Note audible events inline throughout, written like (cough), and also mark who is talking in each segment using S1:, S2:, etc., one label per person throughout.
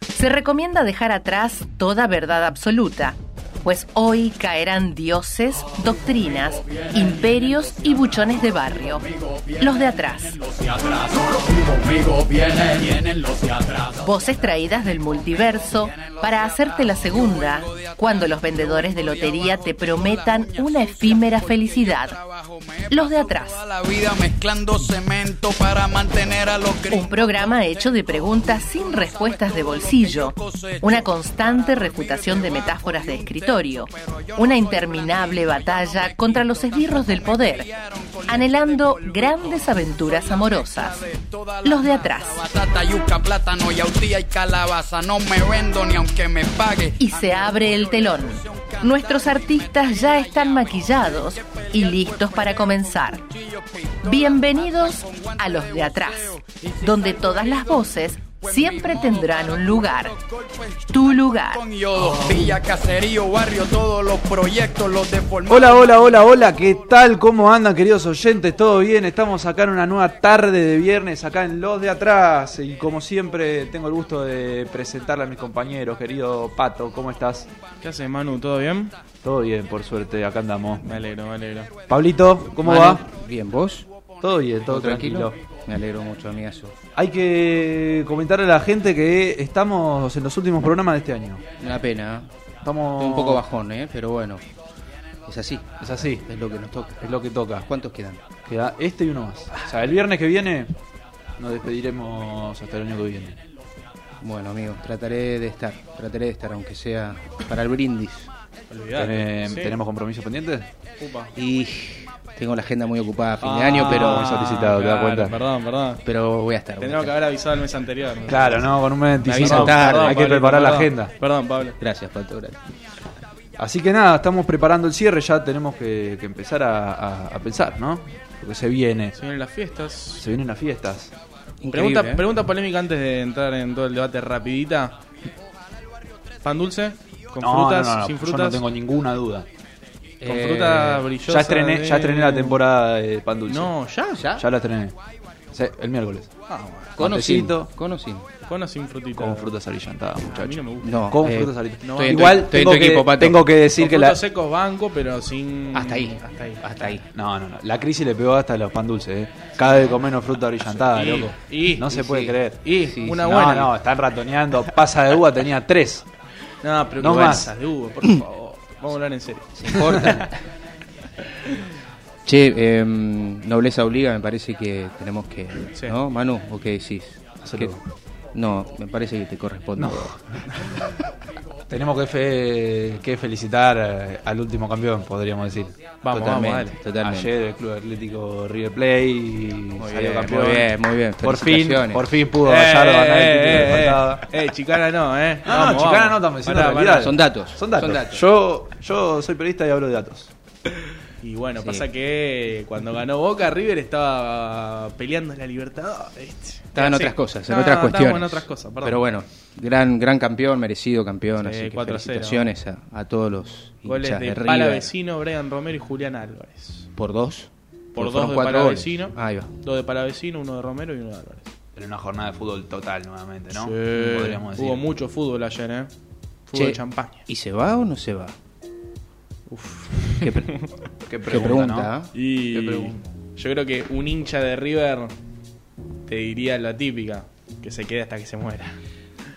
S1: Se recomienda dejar atrás toda verdad absoluta, pues hoy caerán dioses, doctrinas, imperios y buchones de barrio. Los de atrás. Voces traídas del multiverso para hacerte la segunda cuando los vendedores de lotería te prometan una efímera felicidad. Los de atrás. Un programa hecho de preguntas sin respuestas de bolsillo, una constante refutación de metáforas de escritor una interminable batalla contra los esbirros del poder, anhelando grandes aventuras amorosas. Los de atrás. Y se abre el telón. Nuestros artistas ya están maquillados y listos para comenzar. Bienvenidos a Los de atrás, donde todas las voces siempre tendrán un lugar. Tu lugar.
S2: Hola, hola, hola, hola. ¿Qué tal? ¿Cómo andan, queridos oyentes? ¿Todo bien? Estamos acá en una nueva tarde de viernes, acá en Los de Atrás. Y como siempre, tengo el gusto de presentarle a mis compañeros. Querido Pato, ¿cómo estás?
S3: ¿Qué haces, Manu? ¿Todo bien?
S2: Todo bien, por suerte. Acá andamos.
S3: Me alegro, me alegro.
S2: Pablito, ¿cómo
S4: Manu,
S2: va?
S4: Bien, ¿vos?
S2: Todo bien, todo tranquilo.
S4: Me alegro mucho, amigazo.
S2: Hay que comentarle a la gente que estamos en los últimos programas de este año.
S4: Una pena, ¿eh?
S2: Estamos
S4: Estoy un poco bajón, ¿eh? Pero bueno, es así,
S2: Es así,
S4: es lo que nos toca.
S2: es lo que toca.
S4: ¿Cuántos quedan?
S2: Queda este y uno más. O sea, el viernes que viene nos despediremos hasta el año que viene.
S4: Bueno, amigo, trataré de estar, trataré de estar, aunque sea para el brindis.
S2: Tenem- ¿Tenemos compromisos pendientes?
S4: Y tengo la agenda muy ocupada a fin de
S3: Ah,
S4: año,
S2: muy
S4: pero,
S2: solicitado, ¿te das cuenta?
S3: Perdón, perdón.
S4: pero voy a estar. voy a
S3: Tendríamos que
S4: estar.
S3: haber avisado el mes anterior. ¿no?
S2: Claro, no, con un mes de
S4: avisan
S2: anticipación.
S4: tarde,
S2: hay que
S3: Pablito,
S2: preparar la
S3: perdón.
S2: agenda.
S3: Perdón, Pablo.
S4: Gracias, Pato, gracias.
S2: Así que nada, estamos preparando el cierre, ya tenemos que, que empezar a, a- a pensar, ¿no? Porque se viene,
S3: Se vienen las fiestas.
S2: se vienen las fiestas.
S4: Increíble,
S3: Pregunta,
S4: ¿eh?
S3: pregunta polémica antes de entrar en todo el debate rapidita. ¿Pan dulce? ¿Con
S2: No,
S3: frutas?
S2: no, no, no,
S3: ¿Sin
S2: Yo
S3: frutas?
S2: no tengo ninguna duda.
S3: ¿Con
S4: Eh,
S3: fruta brillosa?
S2: Ya estrené, ya
S3: de-
S2: estrené la temporada de pan dulce.
S3: No, ¿ya?
S4: ¿Ya?
S2: Ya la estrené. Sí, el miércoles.
S3: Ah, bueno.
S4: ¿Con o sin?
S2: Matecito.
S4: ¿Con o sin?
S3: Con o sin frutita.
S2: Con frutas arillantadas,
S3: A mí
S2: muchachos.
S3: no me gusta.
S4: No.
S2: Con
S4: eh,
S2: frutas arillantadas.
S3: no.
S4: estoy en tu-
S2: Igual
S4: estoy en
S2: tengo,
S4: tu
S2: que,
S4: equipo, Pato.
S2: tengo que decir
S3: Con
S2: que
S3: frutos
S2: la...
S3: secos banco, pero sin...
S4: Hasta ahí.
S3: Hasta ahí.
S4: Hasta ahí.
S2: No, no, no. La crisis le pegó hasta los pan dulces, eh. Cada vez con menos fruta arillantada,
S3: Y-
S2: Ah, loco.
S3: y-
S2: no se
S4: y
S2: puede
S4: sí.
S2: creer.
S3: Y
S4: Sí,
S3: una
S2: no,
S3: buena.
S2: no, están ratoneando. Pasa de uva tenía tres.
S3: No, pero
S2: No
S3: no
S2: más.
S3: de Hugo, por favor. Vamos a hablar
S2: (laughs)
S3: en serio.
S4: Se importan. che, em, nobleza obliga, me parece que tenemos que.
S3: Sí.
S4: ¿No, Manu? ¿O qué decís?
S2: Hacelo.
S4: Que- no, me parece que te corresponde.
S2: (laughs) Tenemos que, fe- que felicitar eh, al último campeón, podríamos decir.
S3: Vamos,
S4: totalmente,
S3: vamos, dale.
S4: totalmente.
S2: Ayer el Club Atlético River Play salió
S4: bien,
S2: campeón.
S4: muy bien, muy bien.
S2: Por fin,
S4: Felicitaciones.
S2: por fin pudo Gallardo ganar el título que le faltaba.
S3: eh, chicana no, eh.
S2: No, no,
S3: Vamos,
S2: chicana
S3: vamos.
S2: no, estamos diciendo
S3: Pará,
S2: realidades.
S3: pará.
S4: Son datos.
S2: Son datos.
S4: Son datos.
S2: Yo, yo soy periodista y hablo de datos.
S3: Y bueno,
S4: Sí.
S3: pasa que cuando ganó Boca, River estaba peleando la libertad.
S4: Estaban en otras cosas, en otras cuestiones.
S3: en otras cosas, perdón.
S4: Pero bueno, gran, gran campeón, merecido campeón.
S3: Sí,
S4: así que
S3: 4 a 0.
S4: felicitaciones a, a todos los
S3: Goles
S4: hinchas
S3: de
S4: River.
S3: Palavecino, Brian Romero y Julián Álvarez.
S4: Por dos.
S3: Por
S4: Porque
S3: dos
S4: fueron
S3: de
S4: cuatro goles.
S3: Palavecino.
S4: Ahí va.
S3: Dos de Palavecino, uno de Romero y uno de Álvarez.
S2: En una jornada de fútbol total nuevamente, ¿no?
S3: Sí.
S2: Podríamos decir.
S3: Hubo mucho fútbol ayer, eh. Fútbol
S4: Che,
S3: de champaña.
S4: ¿Y se va o no se va? Uf.
S3: (laughs)
S4: Qué, pre-
S2: Qué
S4: qué pregunta,
S2: ¿no?
S4: ¿eh?
S3: Y
S2: Qué pregunta.
S3: yo creo que un hincha de River te diría la típica, que se quede hasta que se muera.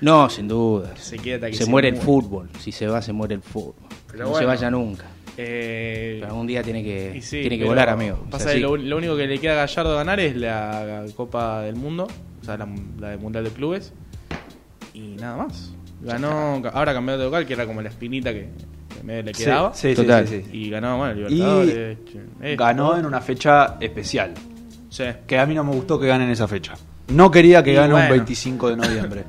S4: No, sin duda.
S3: Se quede hasta que
S4: se muere el fútbol. Si se va, se muere el fútbol.
S3: Pero
S4: no se
S3: bueno.
S4: vaya nunca.
S3: Eh,
S4: Pero algún día tiene que,
S3: y sí,
S4: tiene que
S3: pero
S4: volar, amigo. O
S3: Pasa
S4: sea,
S3: que
S4: sí. Ah,
S3: lo, lo único que le queda a Gallardo ganar es la Copa del Mundo, o sea, la, la del Mundial de Clubes, y nada más. Ganó, ahora campeonato de local, que era como la espinita que, que medio le
S2: Sí,
S3: quedaba.
S2: sí, sí,
S4: Total.
S2: sí, sí.
S3: Y ganó, bueno, Libertadores. che, esto.
S2: Ganó en una fecha especial.
S3: Sí.
S2: Que a mí no me gustó que ganen esa fecha. No quería que
S3: Y
S2: gane un
S3: bueno.
S2: 25 de noviembre.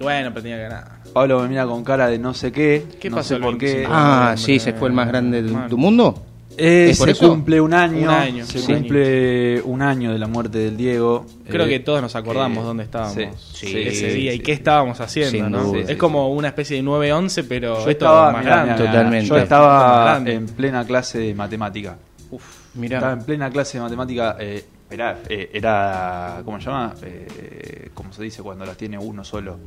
S3: Bueno, pero tenía que ganar.
S2: Pablo me mira con cara de no sé qué.
S3: ¿Qué
S2: no
S3: pasó
S2: sé
S3: el
S2: por qué.
S3: 25?
S4: Ah,
S3: Hombre,
S4: sí, se fue el más grande de-
S3: mal.
S4: del mundo.
S2: Eh,
S4: ¿Es por
S2: se
S4: eso?
S2: cumple un año,
S3: Un año,
S2: se
S3: sí.
S2: cumple un año de la muerte del Diego.
S3: Creo
S2: Eh,
S3: que todos nos acordamos
S2: eh,
S3: dónde estábamos
S2: sí,
S4: sí,
S3: ese
S2: sí,
S3: día
S2: sí,
S3: y qué
S2: sí.
S3: estábamos haciendo,
S4: Sin
S3: ¿no?
S4: duda.
S3: es
S2: Sí, sí,
S3: como una especie de 9-11, pero
S2: Yo
S3: esto
S2: estaba,
S3: más
S2: mirá,
S3: grande.
S2: mirá, mirá,
S4: Totalmente.
S2: yo estaba
S3: Más grande.
S2: en plena clase de matemática. Estaba
S4: Mira,
S2: en plena clase de matemática. eh, era, eh, era, ¿cómo se llama? Eh, ¿Cómo se dice cuando las tiene uno solo?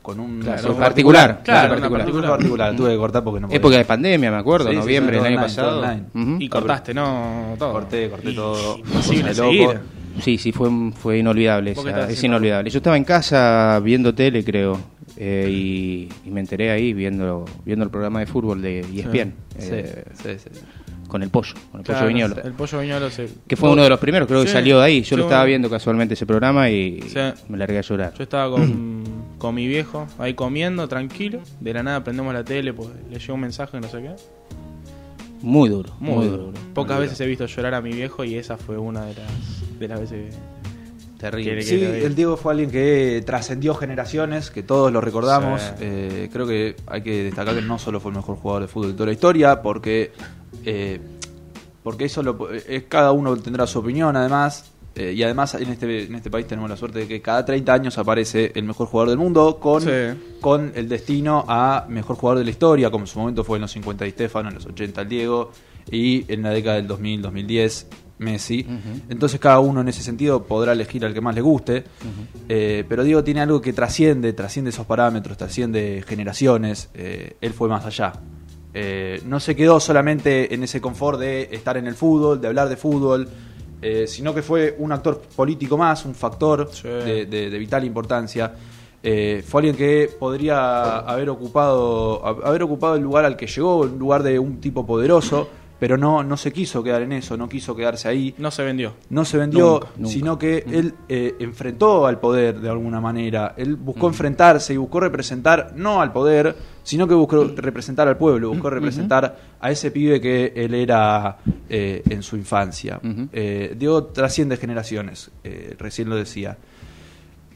S2: con un
S4: Claro,
S2: con un
S4: particular,
S3: claro,
S2: con un
S3: una
S2: particular.
S3: particular.
S2: particular. Tuve que cortar porque no podía.
S4: Época de pandemia, me acuerdo,
S2: Sí, sí,
S4: noviembre
S2: sí,
S4: del año
S2: todo
S4: pasado.
S2: online, todo
S4: Ujú.
S3: Y cortaste, ¿no? Todo.
S2: Corté, corté
S3: Y-
S2: todo.
S3: Imposible
S2: Cosa de
S3: seguir.
S2: loco.
S4: Sí, sí, fue, fue inolvidable.
S3: ¿Vos
S4: esa-
S3: qué estabas
S4: es
S3: haciendo?
S4: inolvidable. Yo estaba en casa viendo tele, creo, eh, y, y me enteré ahí viendo, viendo el programa de fútbol de E ESPN, eh,
S2: Sí, sí, sí.
S4: con el pollo, con el
S3: Claro,
S4: pollo viñolo.
S3: El pollo viñolo se...
S4: Que fue uno de los primeros, creo que
S3: Sí,
S4: salió de ahí. Yo lo
S3: sí,
S4: estaba
S3: bueno.
S4: viendo casualmente ese programa y
S3: Sí.
S4: me largué a llorar.
S3: Yo estaba
S4: (clears throat)
S3: con, con mi viejo ahí comiendo, tranquilo. De la nada prendemos la tele, pues le llegó un mensaje, no sé qué.
S4: Muy duro,
S3: Muy, duro. Pocas
S4: muy
S3: veces he visto llorar a mi viejo y esa fue una de las, de las veces que...
S4: Terrible.
S3: que-
S2: Sí,
S3: lo vi.
S2: el Diego fue alguien que eh, trascendió generaciones, que todos lo recordamos.
S3: Sí.
S2: Eh, creo que hay que destacar que no solo fue el mejor jugador de fútbol de toda la historia, porque, eh, porque eso lo, po- eh, cada uno tendrá su opinión, además. Eh, y además en este, en este país tenemos la suerte de que cada 30 años aparece el mejor jugador del mundo con,
S3: Sí.
S2: con el destino a mejor jugador de la historia, como en su momento fue en los 50 de Stefano, en los 80 el Diego y en la década del 2000-2010 Messi. Entonces cada uno en ese sentido podrá elegir al que más le guste. Eh, pero Diego tiene algo que trasciende, trasciende esos parámetros, trasciende generaciones. Eh, él fue más allá. Eh, no se quedó solamente en ese confort de estar en el fútbol, de hablar de fútbol, eh, sino que fue un actor político más, un factor
S3: Sí.
S2: de, de- de vital importancia. Eh, fue alguien que podría haber ocupado, hab- haber ocupado el lugar al que llegó, el lugar de un tipo poderoso, pero no, no se quiso quedar en eso, no quiso quedarse ahí
S3: No se vendió.
S2: no se vendió,
S4: Nunca, nunca.
S2: sino que él eh, enfrentó al poder de alguna manera. Él buscó
S4: Mm.
S2: enfrentarse y buscó representar no al poder, sino que buscó representar al pueblo,
S4: Mm,
S2: buscó representar a ese pibe que él era eh, en su infancia.
S4: Ujú.
S2: Eh, Diego trasciende generaciones, eh, recién lo decía.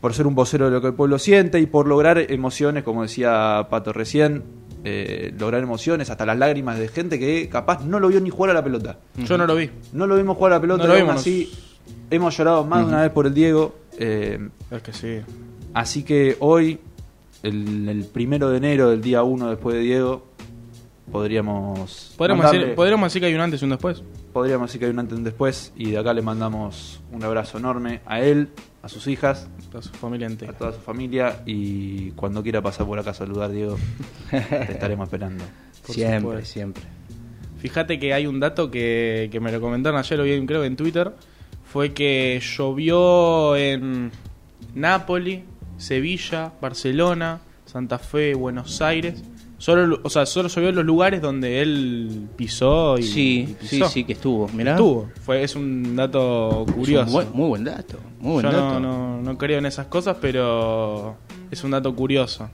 S2: Por ser un vocero de lo que el pueblo siente y por lograr emociones, como decía Pato recién, eh, lograr emociones hasta las lágrimas de gente que capaz no lo vio ni jugar a la pelota.
S3: Yo no lo vi.
S2: No lo vimos jugar a la pelota,
S3: No lo
S2: y aún
S3: vimos.
S2: así hemos llorado más de una vez por el Diego. eh,
S3: Es que sí.
S2: así que hoy, el, el primero de enero, del día uno después de Diego, podríamos.
S3: Podríamos
S2: mandarle-
S3: decir, podríamos decir que hay un antes y un después.
S2: podríamos decir que hay un antes y un después. Y de acá le mandamos un abrazo enorme a él, a sus hijas,
S3: A su familia
S2: a
S3: entera.
S2: toda su familia. Y cuando quiera pasar por acá a saludar, Diego, te estaremos esperando.
S3: por
S4: Siempre,
S3: supuesto.
S4: siempre.
S3: Fíjate que hay un dato que, que me lo comentaron ayer, lo vi creo en Twitter, fue que llovió en Nápoli, Sevilla, Barcelona, Santa Fe, Buenos Aires. Solo, o sea, solo llovió en los lugares donde él pisó y y
S4: Sí, sí,
S3: pisó.
S4: sí, que estuvo. Mirá.
S3: Estuvo. Fue, es un dato
S4: Es un
S3: curioso.
S4: buen- muy buen dato. Muy buen
S3: Yo
S4: dato.
S3: no, no, no creo en esas cosas, pero es un dato curioso.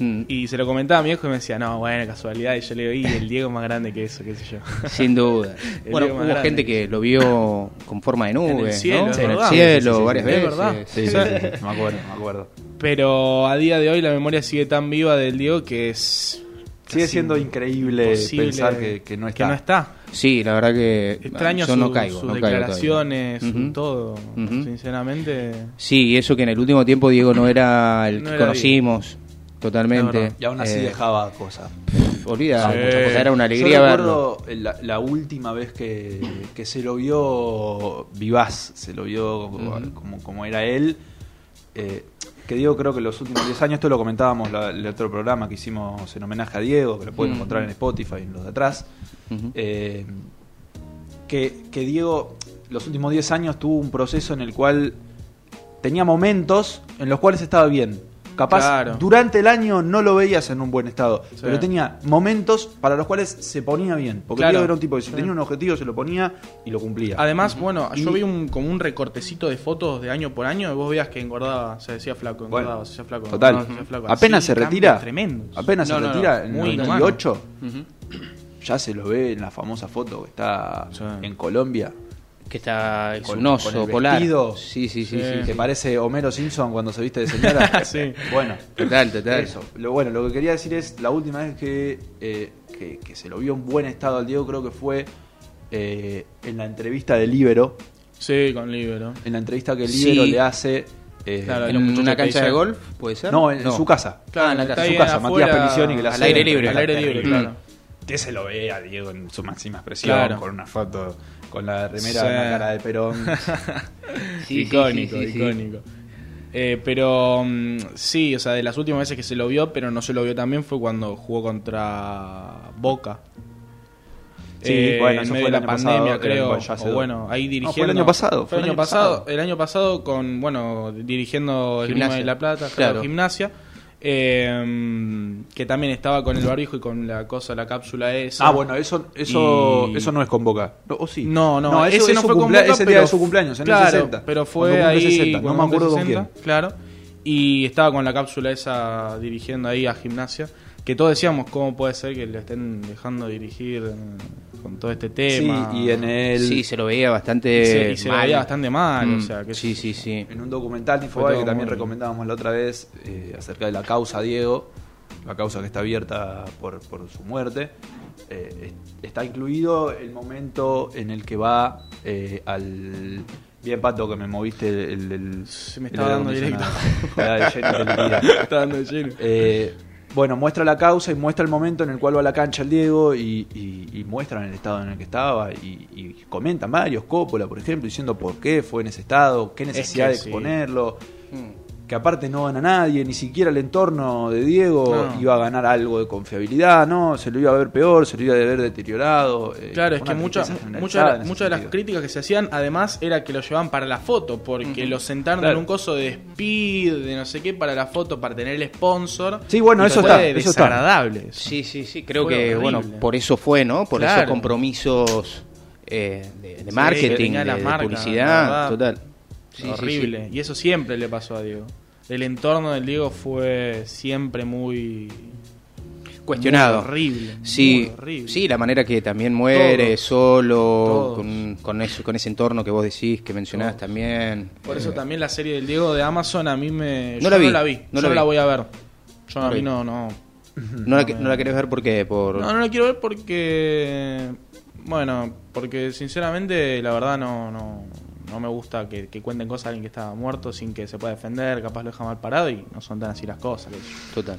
S4: Mm.
S3: Y (laughs) se lo comentaba a mi hijo y me decía, no, bueno, casualidad. Y yo le digo, y el Diego es más grande que eso, qué sé
S4: (laughs)
S3: yo.
S4: Sin duda.
S3: El
S4: bueno,
S3: Diego
S4: hubo
S3: más grande.
S4: gente que lo vio con forma de nube.
S3: En el cielo,
S4: ¿no?
S3: es
S4: En el
S3: verdad. Sí,
S4: cielo,
S3: sí, sí,
S4: varias
S3: es
S4: veces.
S3: verdad.
S2: Sí, sí, sí, sí, me acuerdo, me acuerdo.
S3: Pero a día de hoy la memoria sigue tan viva del Diego que es.
S2: Sigue
S3: casi
S2: siendo increíble
S3: imposible
S2: pensar que, que no está.
S4: Sí, la verdad que
S3: Extraño
S4: yo
S3: su-
S4: no caigo.
S3: sus
S4: no caigo todavía.
S3: declaraciones, su
S4: Ujú.
S3: todo.
S4: Ujú.
S3: Sinceramente.
S4: Sí, y eso que en el último tiempo Diego no era el
S3: No
S4: que
S3: era
S4: conocimos
S3: Es
S4: totalmente.
S3: verdad.
S2: Y aún así
S4: Eh,
S2: dejaba cosas.
S4: Olvida,
S3: Sí.
S4: muchas cosas, era una alegría
S2: Yo
S4: verlo.
S2: recuerdo la, la última vez que, que se lo vio vivaz, se lo vio como, como era él. eh, que Diego creo que los últimos 10 años, esto lo comentábamos la- el otro programa que hicimos en homenaje a Diego, que lo pueden
S4: Ujú.
S2: encontrar en Spotify, en los de atrás.
S4: Ujú.
S2: eh, que, que Diego los últimos 10 años tuvo un proceso en el cual tenía momentos en los cuales estaba bien. Capaz
S3: Claro.
S2: durante el año no lo veías en un buen estado,
S3: Sí.
S2: pero tenía momentos para los cuales se ponía bien. Porque
S3: Claro.
S2: Diego era un tipo que si
S3: Sí.
S2: tenía un objetivo se lo ponía y lo cumplía.
S3: Además, bueno, yo
S2: Y-
S3: vi un, como un recortecito de fotos de año por año y vos veías que engordaba, se decía flaco,
S2: Bueno,
S3: engordaba, se decía flaco.
S2: Total,
S3: engordaba, se decía flaco.
S2: apenas
S3: Así,
S2: se
S3: cambios
S2: retira,
S3: tremendos.
S2: apenas
S4: No,
S2: se
S4: no, no,
S2: retira en
S3: muy
S2: el
S3: inhumano.
S2: 98, ya se lo ve en la famosa foto que está
S3: Sí.
S2: en Colombia.
S4: Que está es
S2: Con-
S4: un oso
S2: con el
S4: polar.
S2: vestido.
S4: Sí, sí, sí,
S3: Sí.
S4: sí.
S2: Que parece Homero Simpson cuando se viste de (laughs) señora.
S3: Sí.
S2: Bueno,
S4: Total, total.
S2: Eso. Lo, bueno, lo que quería decir es, la última vez que, eh, que, que se lo vio en buen estado al Diego creo que fue eh, en la entrevista de Libero,
S3: Sí, con libero.
S2: en la entrevista que
S4: Sí.
S2: Libero le hace... eh,
S3: Claro,
S4: En
S3: los muchachos
S4: una
S3: que
S4: cancha de
S3: dicen-
S4: golf, puede ser.
S2: no, en, en su casa.
S3: Claro,
S4: Ah, en la
S3: está
S2: en
S4: casa,
S2: su
S3: ahí
S2: casa, Matías
S3: afuera,
S2: Pelicioni, que la
S4: al
S2: hace-
S4: aire libre.
S3: Al aire libre,
S4: Mm.
S3: claro.
S2: Que se lo ve a Diego en su máxima expresión,
S3: Claro.
S2: con una foto, con la remera (laughs)
S3: Sí.
S2: en la cara de Perón.
S4: Sí, sí,
S3: icónico,
S4: sí, sí, sí.
S3: icónico. Eh, pero mm, sí, o sea, de las últimas veces que se lo vio, pero no se lo vio también fue cuando jugó contra Boca. Eh,
S2: Sí, bueno, eso
S3: en medio
S2: fue el
S3: de la
S2: año
S3: pandemia,
S2: pasado,
S3: creo.
S2: bueno, ya hace
S3: o
S2: dos.
S3: bueno, ahí dirigiendo.
S2: fue el año pasado,
S3: Fue el año pasado. El año pasado con, bueno, dirigiendo el Grima
S4: Gimnasia.
S3: de La Plata, claro,
S4: Claro.
S3: gimnasia. eh, que también estaba con el barbijo y con la cosa, la cápsula esa.
S2: Ah, bueno, eso, eso,
S3: Y- eso
S2: no es convoca. o sí.
S3: No, no,
S2: ese, no fue
S3: con Boca,
S2: ese
S3: pero-
S2: día de su cumpleaños, en
S3: claro,
S2: el 60.
S3: Pero
S2: Cuando
S3: fue
S2: cumple
S3: ahí.
S2: 60, no
S3: cuando
S2: me acuerdo con
S3: cumple
S2: quién.
S3: 60, Claro. Y estaba con la cápsula esa dirigiendo ahí a gimnasia. Que todos decíamos, ¿cómo puede ser que le estén dejando dirigir eh, con todo este tema?
S2: Sí, y
S3: (laughs)
S2: en el
S4: Sí, se lo veía bastante
S3: Y se- y se lo
S4: mal.
S3: veía bastante mal, o
S4: Mm,
S3: sea, que-
S4: sí, sí, sí.
S2: en un documental tipo este
S3: Fue todo
S2: que también
S3: muy-
S2: recomendábamos la otra vez eh, acerca de la causa Diego, la causa que está abierta por, por su muerte. eh, es- está incluido el momento en el que va eh, al. Bien, Pato, que me moviste el. el- el-
S3: Se me
S2: el
S3: estaba
S2: aire
S3: dando directo. (laughs)
S2: acondicionado. Joder, lleno de mentira.
S3: Está dando lleno.
S2: Eh, bueno, muestra la causa y muestra el momento en el cual va a la cancha el Diego y, y- y muestran el estado en el que estaba y, y comentan varios, Coppola, por ejemplo, diciendo por qué fue en ese estado, qué necesidad
S3: que
S2: de
S3: sí. Mm.
S2: exponerlo, que aparte no gana nadie, ni siquiera el entorno de Diego
S3: No.
S2: iba a ganar algo de confiabilidad, ¿no? Se lo iba a ver peor, se lo iba a ver deteriorado. eh,
S3: Claro, es
S2: una
S3: que muchas
S2: tristeza generalizada en
S3: muchas
S2: ese
S3: muchas de las
S2: sentido.
S3: críticas que se hacían, además, era que lo llevaban para la foto, porque lo sentaron
S2: Claro.
S3: en un coso de speed, de no sé qué, para la foto, para tener el sponsor.
S2: Sí, bueno,
S3: Y
S2: eso
S3: fue
S2: está, eso está.
S3: desagradable. eso.
S4: Sí, sí, sí, creo
S3: Fue
S4: que,
S3: horrible.
S4: bueno, por eso fue, ¿no? Por
S3: Claro.
S4: esos compromisos eh, de, de
S3: Sí, que
S4: marketing,
S3: tenía
S4: de,
S3: las
S4: de
S3: marcas, la
S4: publicidad,
S3: verdad.
S4: total. Sí, sí,
S3: horrible. Y eso siempre le pasó a Diego. El entorno del Diego fue siempre muy.
S4: sí. Cuestionado.
S3: muy horrible.
S4: Sí,
S3: muy horrible.
S4: sí, la manera que también muere, solo,
S3: Todos.
S4: con, con eso, con ese entorno que vos decís, que mencionás
S3: Todos.
S4: también.
S3: Por
S4: Eh,
S3: eso también la serie del Diego de Amazon a mí me.
S4: No
S3: yo
S4: la vi,
S3: No la vi.
S4: no
S3: yo
S4: la
S3: no
S4: vi.
S3: la voy a ver. Yo
S4: No
S3: a
S4: la
S3: mí
S4: vi.
S3: no, no.
S4: no, la, que- no la querés ver porque por...
S3: No, no la quiero ver porque. Bueno, porque sinceramente la verdad no, no, no me gusta que, que cuenten cosas a alguien que está muerto sin que se pueda defender, capaz lo deja mal parado y no son tan así las cosas. qué sé yo.
S4: Total.